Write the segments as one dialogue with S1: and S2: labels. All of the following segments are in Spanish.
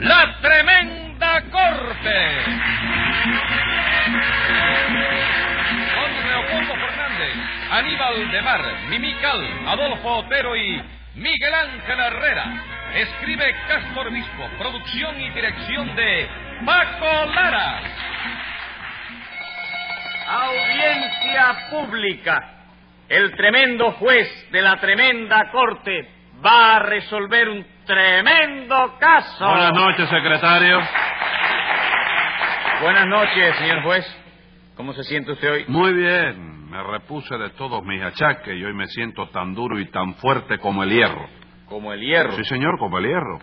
S1: La Tremenda Corte. Con Leopoldo Fernández, Aníbal de Mar, Mimical, Adolfo Otero y Miguel Ángel Herrera. Escribe Castro Obispo, producción y dirección de Paco Lara.
S2: Audiencia pública. El tremendo juez de la tremenda corte va a resolver un tremendo caso.
S3: Buenas noches, secretario.
S2: Buenas noches, señor juez. ¿Cómo se siente usted hoy?
S3: Muy bien. Me repuse de todos mis achaques y hoy me siento tan duro y tan fuerte como el hierro.
S2: Como el hierro.
S3: Sí, señor, como el hierro.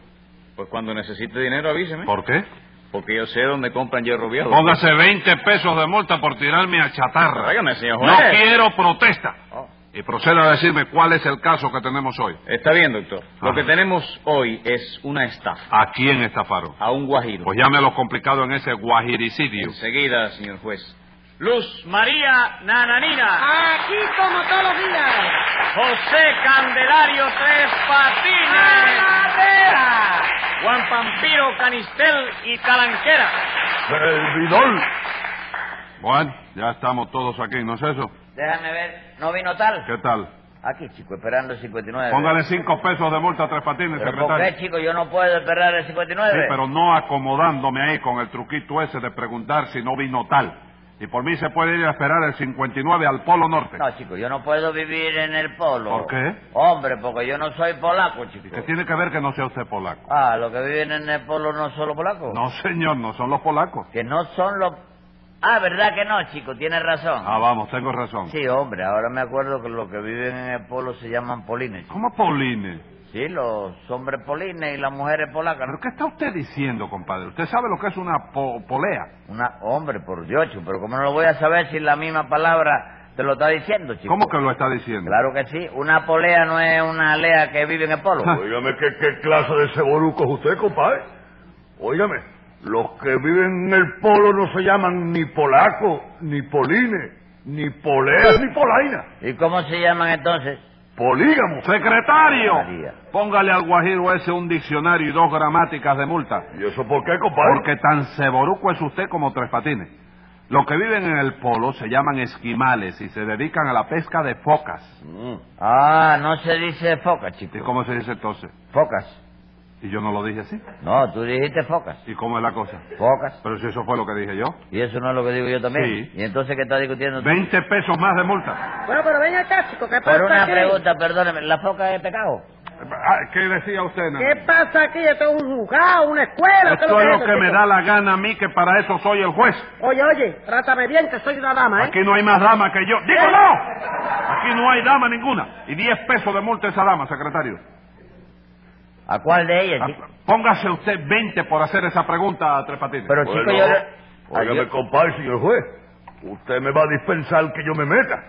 S2: Pues cuando necesite dinero avíseme.
S3: ¿Por qué?
S2: Porque yo sé dónde compran hierro viejo.
S3: Póngase 20 pesos de multa por tirarme a chatarra.
S2: Óigame, señor juez.
S3: No quiero protesta.
S2: Oh.
S3: Y proceda a decirme cuál es el caso que tenemos hoy.
S2: Está bien, doctor. Lo
S3: Ajá.
S2: que tenemos hoy es una estafa
S3: ¿A quién estafaron?
S2: a un guajiro.
S3: Pues llame a los complicado en ese guajiricidio.
S2: Enseguida, señor juez. Luz María Nananina.
S4: Aquí como todos los días.
S2: José Candelario Tres Patines.
S4: ¡Madera!
S2: Juan Pampiro Canistel y Talanquera.
S3: ¡Servidor! Bueno, ya estamos todos aquí, ¿no es eso?
S4: Déjame ver, ¿no vino tal?
S3: ¿Qué tal?
S4: Aquí, chico, esperando el 59.
S3: Póngale cinco pesos de multa a Tres Patines,
S4: Eh. ¿Pero por
S3: secretario.
S4: qué, chico? Yo no puedo esperar el 59.
S3: Sí, pero no acomodándome ahí con el truquito ese de preguntar si no vino tal. Y por mí se puede ir a esperar el 59 al Polo Norte.
S4: No, chico, yo no puedo vivir en el polo.
S3: ¿Por qué?
S4: Hombre, porque yo no soy polaco, chico.
S3: Que tiene que ver que no sea usted polaco.
S4: Ah, los que viven en el polo no son los polacos.
S3: No, señor, no son los polacos.
S4: Que no son los... Ah, ¿verdad que no, chico? Tienes razón.
S3: Ah, vamos, tengo razón.
S4: Sí, hombre, ahora me acuerdo que los que viven en el polo se llaman polines. chico.
S3: ¿Cómo Polines?
S4: Sí, los hombres polines y las mujeres polacas.
S3: ¿Pero
S4: ¿no?
S3: qué está usted diciendo, compadre? Usted sabe lo que es una po- polea.
S4: Una, hombre, por Dios, chico, pero ¿cómo no lo voy a saber si la misma palabra te lo está diciendo, chico?
S3: ¿Cómo que lo está diciendo?
S4: Claro que sí. Una polea no es una lea que vive en el polo.
S3: Ah.
S5: Óigame, ¿qué, qué clase de ceboruco es usted, compadre? Óigame, los que viven en el polo no se llaman ni polaco, ni polines, ni poleas, ni polainas.
S4: ¿Y cómo se llaman entonces?
S5: Polígamos.
S3: ¡Secretario!
S4: María.
S3: Póngale al guajiro ese un diccionario y dos gramáticas de multa.
S5: ¿Y eso por qué, compadre?
S3: Porque tan ceboruco es usted como Tres Patines. Los que viven en el polo se llaman esquimales y se dedican a la pesca de focas.
S4: Ah, no se dice focas,
S3: ¿Y
S4: chico.
S3: cómo se dice entonces?
S4: Focas.
S3: Y yo no lo dije así.
S4: No, tú dijiste focas.
S3: ¿Y cómo es la cosa?
S4: Focas.
S3: Pero si eso fue lo que dije yo.
S4: Y eso no es lo que digo yo también.
S3: Sí.
S4: ¿Y entonces qué está discutiendo tú?
S3: 20 pesos más de multa.
S6: Bueno, pero ven acá, chico, ¿qué pasa
S4: Por una
S6: aquí?
S4: pregunta, perdóneme, ¿la foca es pecado?
S3: Ah, ¿Qué decía usted, nena?
S6: ¿Qué pasa aquí? Esto es un juzgado, una escuela. ¿qué
S3: Esto es lo
S6: esto,
S3: que me
S6: chico?
S3: da la gana a mí, que para eso soy el juez.
S6: Oye, oye, trátame bien, que soy una dama, ¿eh?
S3: Aquí no hay más dama que yo. ¡Digo no! Aquí no hay dama ninguna. Y 10 pesos de multa a esa dama, secretario.
S4: ¿A cuál de ellas,
S3: Ah,
S4: chico?
S3: Póngase usted 20 por hacer esa pregunta a Tres Patines.
S4: Pero, chico,
S5: Bueno,
S4: yo... le-
S5: óigame,
S4: Adiós.
S5: compadre, señor juez. Usted me va a dispensar que yo me meta.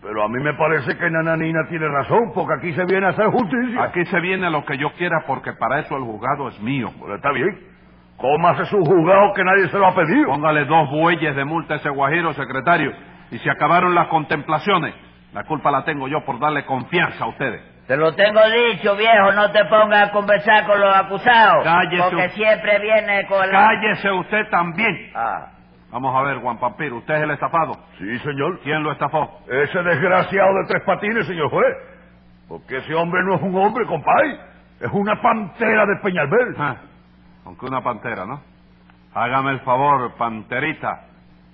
S5: Pero a mí me parece que Nananina tiene razón, porque aquí se viene a hacer justicia.
S3: Aquí se viene lo que yo quiera porque para eso el juzgado es mío.
S5: Bueno, está bien. Cómase su jugado que nadie se lo ha pedido.
S3: Póngale dos bueyes de multa a ese guajiro, secretario. Y se acabaron las contemplaciones. La culpa la tengo yo por darle confianza a ustedes.
S4: Te lo tengo dicho, viejo, no te pongas a conversar con los acusados.
S3: Cállese.
S4: Porque siempre viene con la...
S3: Cállese usted también.
S4: Ah,
S3: Vamos a ver, Juan Pampiro, usted es el estafado.
S5: Sí, señor.
S3: ¿Quién lo estafó?
S5: Ese desgraciado de tres patines, señor juez. Porque ese hombre no es un hombre, compadre. Es una pantera de Peñalver.
S3: Ah, aunque una pantera, ¿no? Hágame el favor, panterita.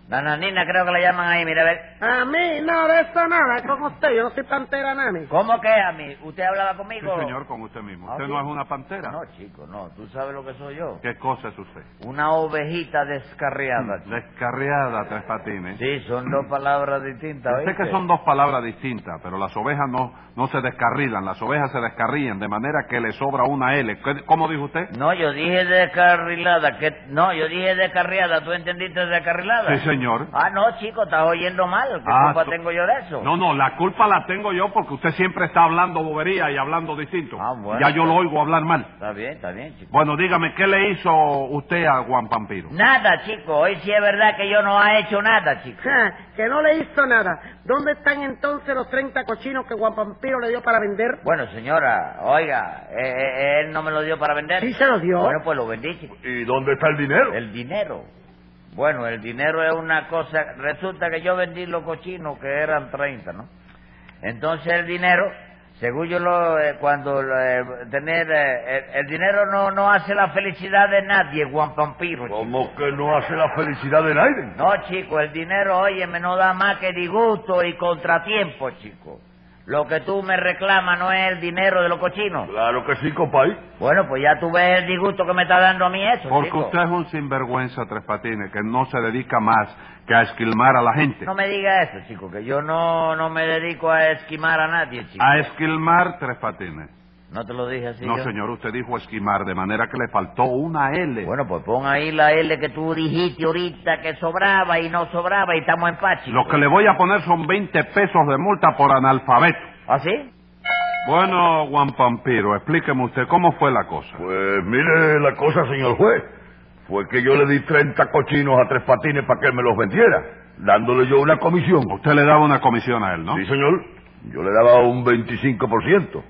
S4: nananina creo que la llaman ahí, mira, a ver.
S6: A mí, no, de eso nada, es con usted, yo no soy pantera, nani.
S4: ¿Cómo que a mí? ¿Usted hablaba
S3: Sí,
S4: conmigo?
S3: señor, con usted mismo.
S4: Ah,
S3: Usted
S4: sí.
S3: no es una pantera.
S4: No, chico, no. ¿Tú sabes lo que soy yo?
S3: ¿Qué cosa es usted?
S4: Una ovejita descarriada.
S3: Mm,
S4: chico.
S3: Descarriada, Tres Patines.
S4: Sí, son dos palabras distintas,
S3: Mm. Sé que
S4: ¿oíste?
S3: son dos palabras distintas, pero las ovejas no, no se descarrilan, las ovejas se descarrían, de manera que le sobra una L. ¿Qué- ¿Cómo dijo usted?
S4: No, yo dije descarrilada. Que... No, yo dije descarriada. ¿Tú entendiste descarrilada?
S3: Sí, señor.
S4: Ah, no, chico, estás oyendo mal. ¿Qué
S3: Ah,
S4: culpa
S3: tú-
S4: tengo yo de eso?
S3: No, no, la culpa la tengo yo porque usted siempre está hablando bobería y hablando distinto.
S4: Ah, bueno.
S3: Ya yo lo oigo hablar mal.
S4: Está bien, está bien, chico.
S3: Bueno, dígame, ¿qué le hizo usted a Juan Pampiro?
S4: Nada, chico. Hoy sí es verdad que yo no ha hecho nada, chico.
S6: Ja, que no le hizo nada. ¿Dónde están entonces los 30 cochinos que Juan Pampiro le dio para vender?
S4: Bueno, señora, oiga, eh, eh, él no me lo dio para vender.
S6: Sí se lo dio.
S4: Bueno, pues lo vendí, chico.
S5: ¿Y dónde está el dinero?
S4: El dinero. Bueno, el dinero es una cosa. Resulta que yo vendí los cochinos que eran 30, ¿no? Entonces el dinero, según yo lo. eh, cuando. lo, eh, tener. eh, el, el dinero no, no hace la felicidad de nadie, Juan Pampiro. chico.
S5: ¿Cómo que no hace la felicidad del aire?
S4: pues, No, chico, el dinero, óyeme, no da más que disgusto y contratiempo, chico. Lo que tú me reclamas no es el dinero de los cochinos.
S5: Claro que sí, compay.
S4: Bueno, pues ya tú ves el disgusto que me está dando a mí eso,
S3: Porque
S4: chico.
S3: usted es un sinvergüenza, Tres Patines, que no se dedica más que a esquilmar a la gente.
S4: No me diga eso, chico, que yo no, no me dedico a esquimar a nadie, chico.
S3: A esquilmar, Tres Patines.
S4: ¿No te lo dije así
S3: Ah, no,
S4: yo?
S3: señor, usted dijo esquimar, de manera que le faltó una L.
S4: Bueno, pues pon ahí la L que tú dijiste ahorita que sobraba y no sobraba y estamos en paz, chico.
S3: Lo que le voy a poner son 20 pesos de multa por analfabeto.
S4: ¿Ah, sí?
S3: Bueno, Juan Pampiro, explíqueme usted cómo fue la cosa.
S5: Pues mire la cosa, señor juez. Fue que yo le di 30 cochinos a tres patines para que me los vendiera, dándole yo una comisión.
S3: Usted le daba una comisión a él, ¿no?
S5: Sí, señor. Yo le daba un 25%.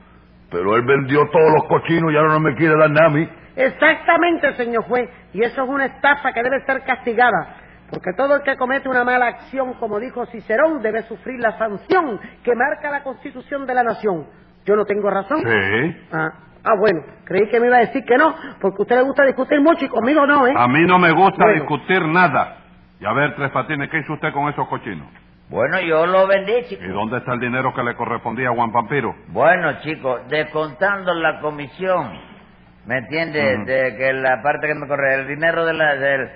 S5: Pero él vendió todos los cochinos y ahora no me quiere dar nada a mí.
S6: Exactamente, señor juez. Y eso es una estafa que debe ser castigada. Porque todo el que comete una mala acción, como dijo Cicerón, debe sufrir la sanción que marca la constitución de la nación. ¿Yo no tengo razón?
S3: Sí.
S6: Ah, ah, bueno, creí que me iba a decir que no, porque a usted le gusta discutir mucho y conmigo no, ¿eh?
S3: A mí no me gusta
S6: Bueno.
S3: discutir nada. Y a ver, Tres Patines, ¿qué hizo usted con esos cochinos?
S4: Bueno, yo lo vendí, chico.
S3: ¿Y dónde está el dinero que le correspondía a Juan Pampiro?
S4: Bueno, chicos, descontando la comisión, ¿me entiendes?
S3: Ujú.
S4: De que la parte que me corre, el dinero de la, del...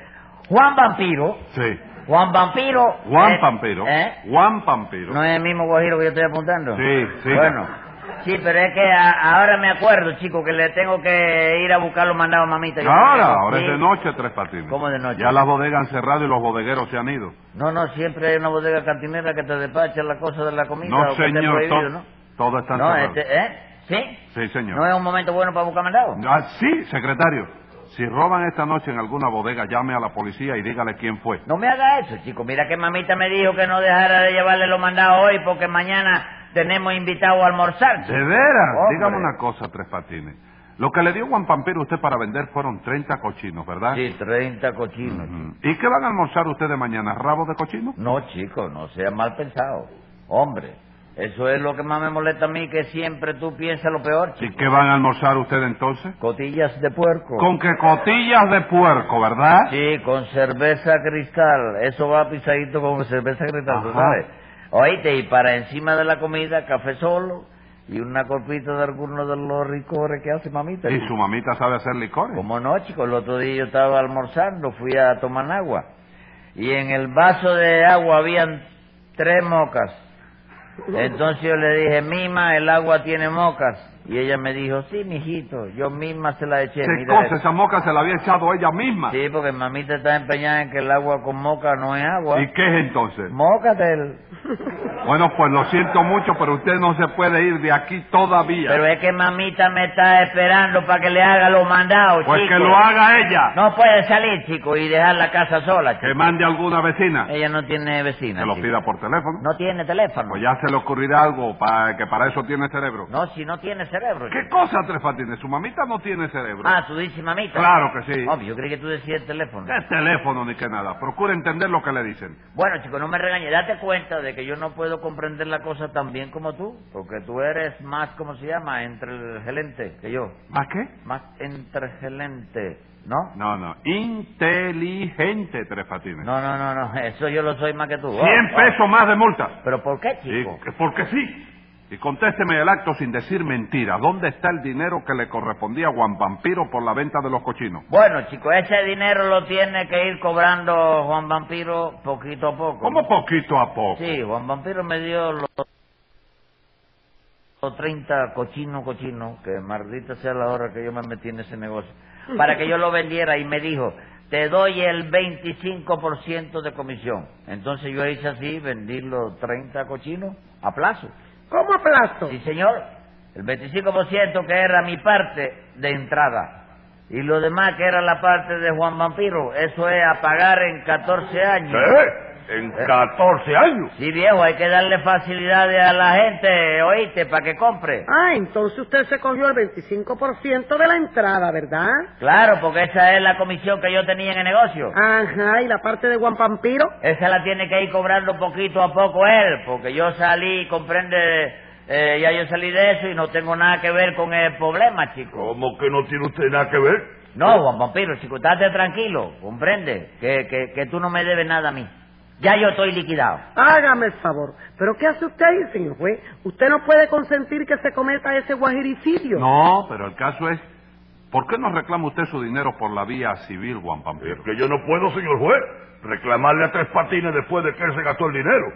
S4: Juan Vampiro,
S3: Sí.
S4: Juan Vampiro...
S3: Juan
S4: eh,
S3: Pampiro.
S4: ¿eh?
S3: Juan Pampiro.
S4: ¿No es el mismo guajiro que yo estoy apuntando?
S3: Sí, sí.
S4: Bueno, sí, pero es que a- ahora me acuerdo, chicos, que le tengo que ir a buscar los mandados a mamita. Yo
S3: Ahora,
S4: tengo-
S3: ahora
S4: sí.
S3: es de noche, Tres Patines.
S4: ¿Cómo de noche?
S3: Ya las bodegas han cerrado y los bodegueros se han ido.
S4: No, no, siempre hay una bodega cantinera que te despacha la cosa de la comida.
S3: No,
S4: o que te
S3: señor,
S4: prohibido,
S3: to-
S4: ¿no?
S3: todo está
S4: No,
S3: cerrado.
S4: este, ¿eh? ¿Sí?
S3: Sí, señor.
S4: ¿No es un momento bueno para buscar mandados?
S3: Ah, sí, secretario. Si roban esta noche en alguna bodega, llame a la policía y dígale quién fue.
S4: No me haga eso, chico. Mira que mamita me dijo que no dejara de llevarle los mandados hoy porque mañana tenemos invitado a almorzar.
S3: ¿De veras?
S4: Hombre.
S3: Dígame una cosa, Tres Patines. Lo que le dio Juan Pampiro a usted para vender fueron 30 cochinos, ¿verdad?
S4: Sí, 30 cochinos. chico.
S3: Ujú. ¿Y qué van a almorzar ustedes mañana? ¿Rabo de cochino?
S4: No, chico, no sea mal pensado. Hombre, eso es lo que más me molesta a mí, que siempre tú piensas lo peor,
S3: ¿Y
S4: chico.
S3: qué van a almorzar ustedes entonces?
S4: Cotillas de puerco.
S3: Con que cotillas de puerco, ¿verdad?
S4: Sí, con cerveza cristal. Eso va pisadito con cerveza cristal, ¿tú
S3: Ajá.
S4: ¿sabes? Oíste, y para encima de la comida, café solo y una copita de alguno de los ricores que hace mamita.
S3: ¿Y
S4: chico.
S3: su mamita sabe hacer licores?
S4: Como no, chico? El otro día yo estaba almorzando, fui a tomar agua. Y en el vaso de agua habían tres mocas. Entonces yo le dije, Mima, el agua tiene mocas. Y ella me dijo, sí, mijito, yo misma se la eché.
S3: ¿Qué
S4: mira
S3: cosa?
S4: eso".
S3: Esa moca se la había echado ella misma.
S4: Sí, porque mamita está empeñada en que el agua con moca no es agua.
S3: ¿Y qué es entonces?
S4: Mócatel.
S3: Bueno, pues lo siento mucho, pero usted no se puede ir de aquí todavía.
S4: Pero eh, es que mamita me está esperando para que le haga los mandados,
S3: pues
S4: chico.
S3: que lo haga ella.
S4: No puede salir, chico, y dejar la casa sola,
S3: Que
S4: chico.
S3: mande alguna vecina.
S4: Ella no tiene vecina,
S3: Que lo
S4: chico.
S3: pida por teléfono.
S4: No tiene teléfono.
S3: Pues ya se le ocurrirá algo para que para eso tiene cerebro.
S4: No, si no tiene cerebro.
S3: ¿Qué
S4: chico.
S3: cosa, Tres Patines? Su mamita no tiene cerebro.
S4: Ah, tú dices mamita.
S3: Claro que sí.
S4: Hombre, yo creí que tú decías el teléfono.
S3: ¿Qué teléfono ni qué nada? Procure entender lo que le dicen.
S4: Bueno, chico, no me regañes. Date cuenta de que yo no puedo comprender la cosa tan bien como tú. Porque tú eres más, ¿cómo se llama? Entregelente que yo.
S3: ¿Más qué?
S4: Más entregelente, ¿no?
S3: No, no. Inteligente, Tres Patines.
S4: No, no, no, no. Eso yo lo soy más que tú.
S3: 100
S4: Oh, oh.
S3: pesos más de multa.
S4: ¿Pero por qué,
S3: Y,
S4: chico?
S3: porque sí. Y contésteme el acto sin decir mentira. ¿Dónde está el dinero que le correspondía a Juan Vampiro por la venta de los cochinos?
S4: Bueno, chico, ese dinero lo tiene que ir cobrando Juan Vampiro poquito a poco.
S3: Como poquito a poco.
S4: Sí, Juan Vampiro me dio los, los 30 cochinos, cochinos, que maldita sea la hora que yo me metí en ese negocio, para que yo lo vendiera y me dijo, te doy el 25% de comisión. Entonces yo hice así, vendí los 30 cochinos a plazo.
S6: ¿Cómo aplasto?
S4: Sí, señor. El 25% que era mi parte de entrada. Y lo demás que era la parte de Juan Vampiro. Eso es a pagar en 14 años.
S5: ¿Qué? ¿Eh? En 14 años.
S4: Sí, viejo, hay que darle facilidades a la gente, oíste, para que compre.
S6: Ah, entonces usted se cogió el 25% de la entrada, ¿verdad?
S4: Claro, porque esa es la comisión que yo tenía en el negocio.
S6: Ajá, y la parte de Juan Vampiro.
S4: Esa la tiene que ir cobrando poquito a poco él, porque yo salí, comprende, eh, ya yo salí de eso y no tengo nada que ver con el problema, chico.
S5: ¿Cómo que no tiene usted nada que ver?
S4: No, Juan Vampiro, chico, estate tranquilo, comprende, que, que, que tú no me debes nada a mí. Ya yo estoy liquidado.
S6: Hágame el favor. ¿Pero qué hace usted ahí, señor juez? Usted no puede consentir que se cometa ese guajiricidio.
S3: No, pero el caso es, ¿por qué no reclama usted su dinero por la vía civil, Juan
S5: Es
S3: Pampero?
S5: que yo no puedo, señor juez, reclamarle a tres patines después de que él se gastó el dinero.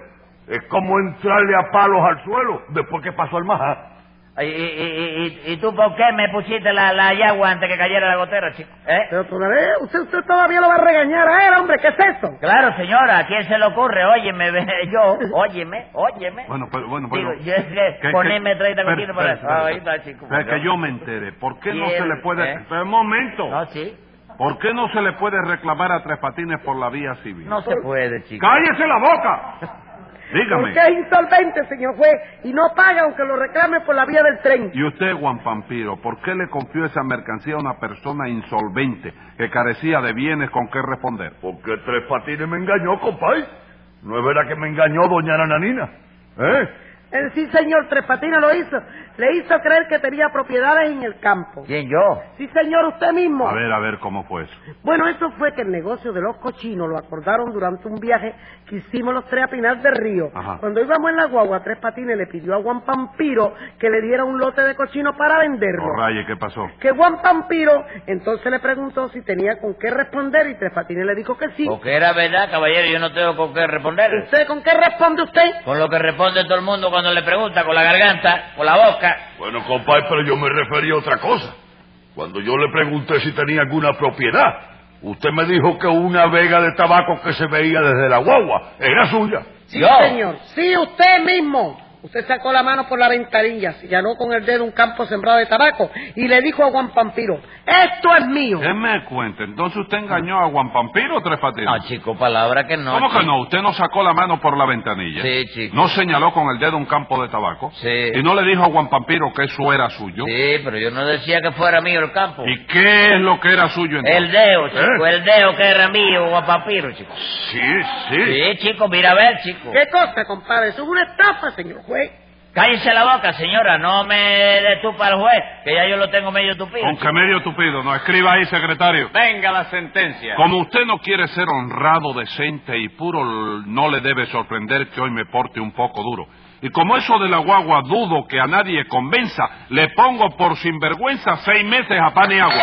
S5: Es como entrarle a palos al suelo después que pasó el majá.
S4: ¿Y, y, y- y- y tú por qué me pusiste la, la yagua antes que cayera la gotera, chico? ¿Eh?
S6: Pero todavía, usted, usted todavía lo va a regañar a él, hombre, ¿qué es eso?
S4: Claro, señora, ¿a quién se le ocurre? Óyeme, ve- yo, óyeme, óyeme.
S3: Bueno, pero, bueno,
S4: Digo,
S3: bueno.
S4: yo es que ponerme 30
S3: per-
S4: cochinos por
S3: per-
S4: eso. Ah,
S3: per-
S4: Ahorita, chico,
S3: per-
S4: por
S3: que yo me entere. ¿Por qué no
S4: ¿Quién?
S3: se le puede...
S4: ¿Eh?
S3: Pero un momento.
S4: No, sí.
S3: ¿Por qué no se le puede reclamar a Tres Patines por la vía civil?
S4: No se puede, chico.
S3: ¡Cállese la boca! Dígame.
S6: Porque es insolvente, señor juez, y no paga aunque lo reclame por la vía del tren.
S3: Y usted, Juan Pampiro, ¿por qué le confió esa mercancía a una persona insolvente que carecía de bienes con qué responder?
S5: Porque tres patines me engañó, compadre. No es verdad que me engañó doña Nananina. ¿Eh?
S6: El sí, señor, Tres Patines lo hizo. Le hizo creer que tenía propiedades en el campo.
S4: ¿Quién, yo?
S6: Sí, señor, usted mismo.
S3: A ver, a ver cómo fue eso.
S6: Bueno, eso fue que el negocio de los cochinos lo acordaron durante un viaje que hicimos los tres a Pinar del Río.
S3: Ajá.
S6: Cuando íbamos en la guagua, Tres Patines le pidió a Juan Pampiro que le diera un lote de cochino para venderlo.
S3: No raye, ¿qué pasó?
S6: que Juan Pampiro entonces le preguntó si tenía con qué responder y Tres Patines le dijo que sí.
S4: Porque era verdad, caballero, yo no tengo con qué responder.
S6: ¿Usted con qué responde usted?
S4: Con lo que responde todo el mundo cuando le pregunta, con la garganta, con la boca.
S5: Bueno, compadre, pero yo me referí a otra cosa. Cuando yo le pregunté si tenía alguna propiedad, usted me dijo que una vega de tabaco que se veía desde la guagua era suya.
S6: Sí,
S4: Yo.
S6: señor. Sí, usted mismo. Usted sacó la mano por la ventanilla, señaló con el dedo un campo sembrado de tabaco y le dijo a Juan Pampiro, esto es mío.
S3: ¿Qué me cuenta? ¿Entonces usted engañó a Juan Pampiro, Tres Patines?
S4: No, chico, palabra que Ah, no.
S3: ¿Cómo que
S4: chico.
S3: no? Usted no sacó la mano por la ventanilla.
S4: Sí, chico.
S3: No señaló con el dedo un campo de tabaco.
S4: Sí.
S3: Y no le dijo a Juan Pampiro que eso era suyo.
S4: Sí, pero yo no decía que fuera mío el campo.
S3: ¿Y qué ¿Eh? es lo que era suyo entonces?
S4: El dedo, chico, el dedo que era mío, Juan Papiro, chico.
S5: Sí, sí.
S4: Sí, chico, mira a ver, chico.
S6: ¿Qué cosa, compadre? Eso es una estafa, señor juez.
S4: Cállese la boca, señora, no me des tú para el juez, que ya yo lo tengo medio tupido.
S3: Con que medio tupido, no escriba ahí, secretario.
S2: Venga la sentencia.
S3: Como usted no quiere ser honrado, decente y puro, l- no le debe sorprender que hoy me porte un poco duro. Y como eso de la guagua dudo que a nadie convenza, le pongo por sinvergüenza seis meses a pan y agua.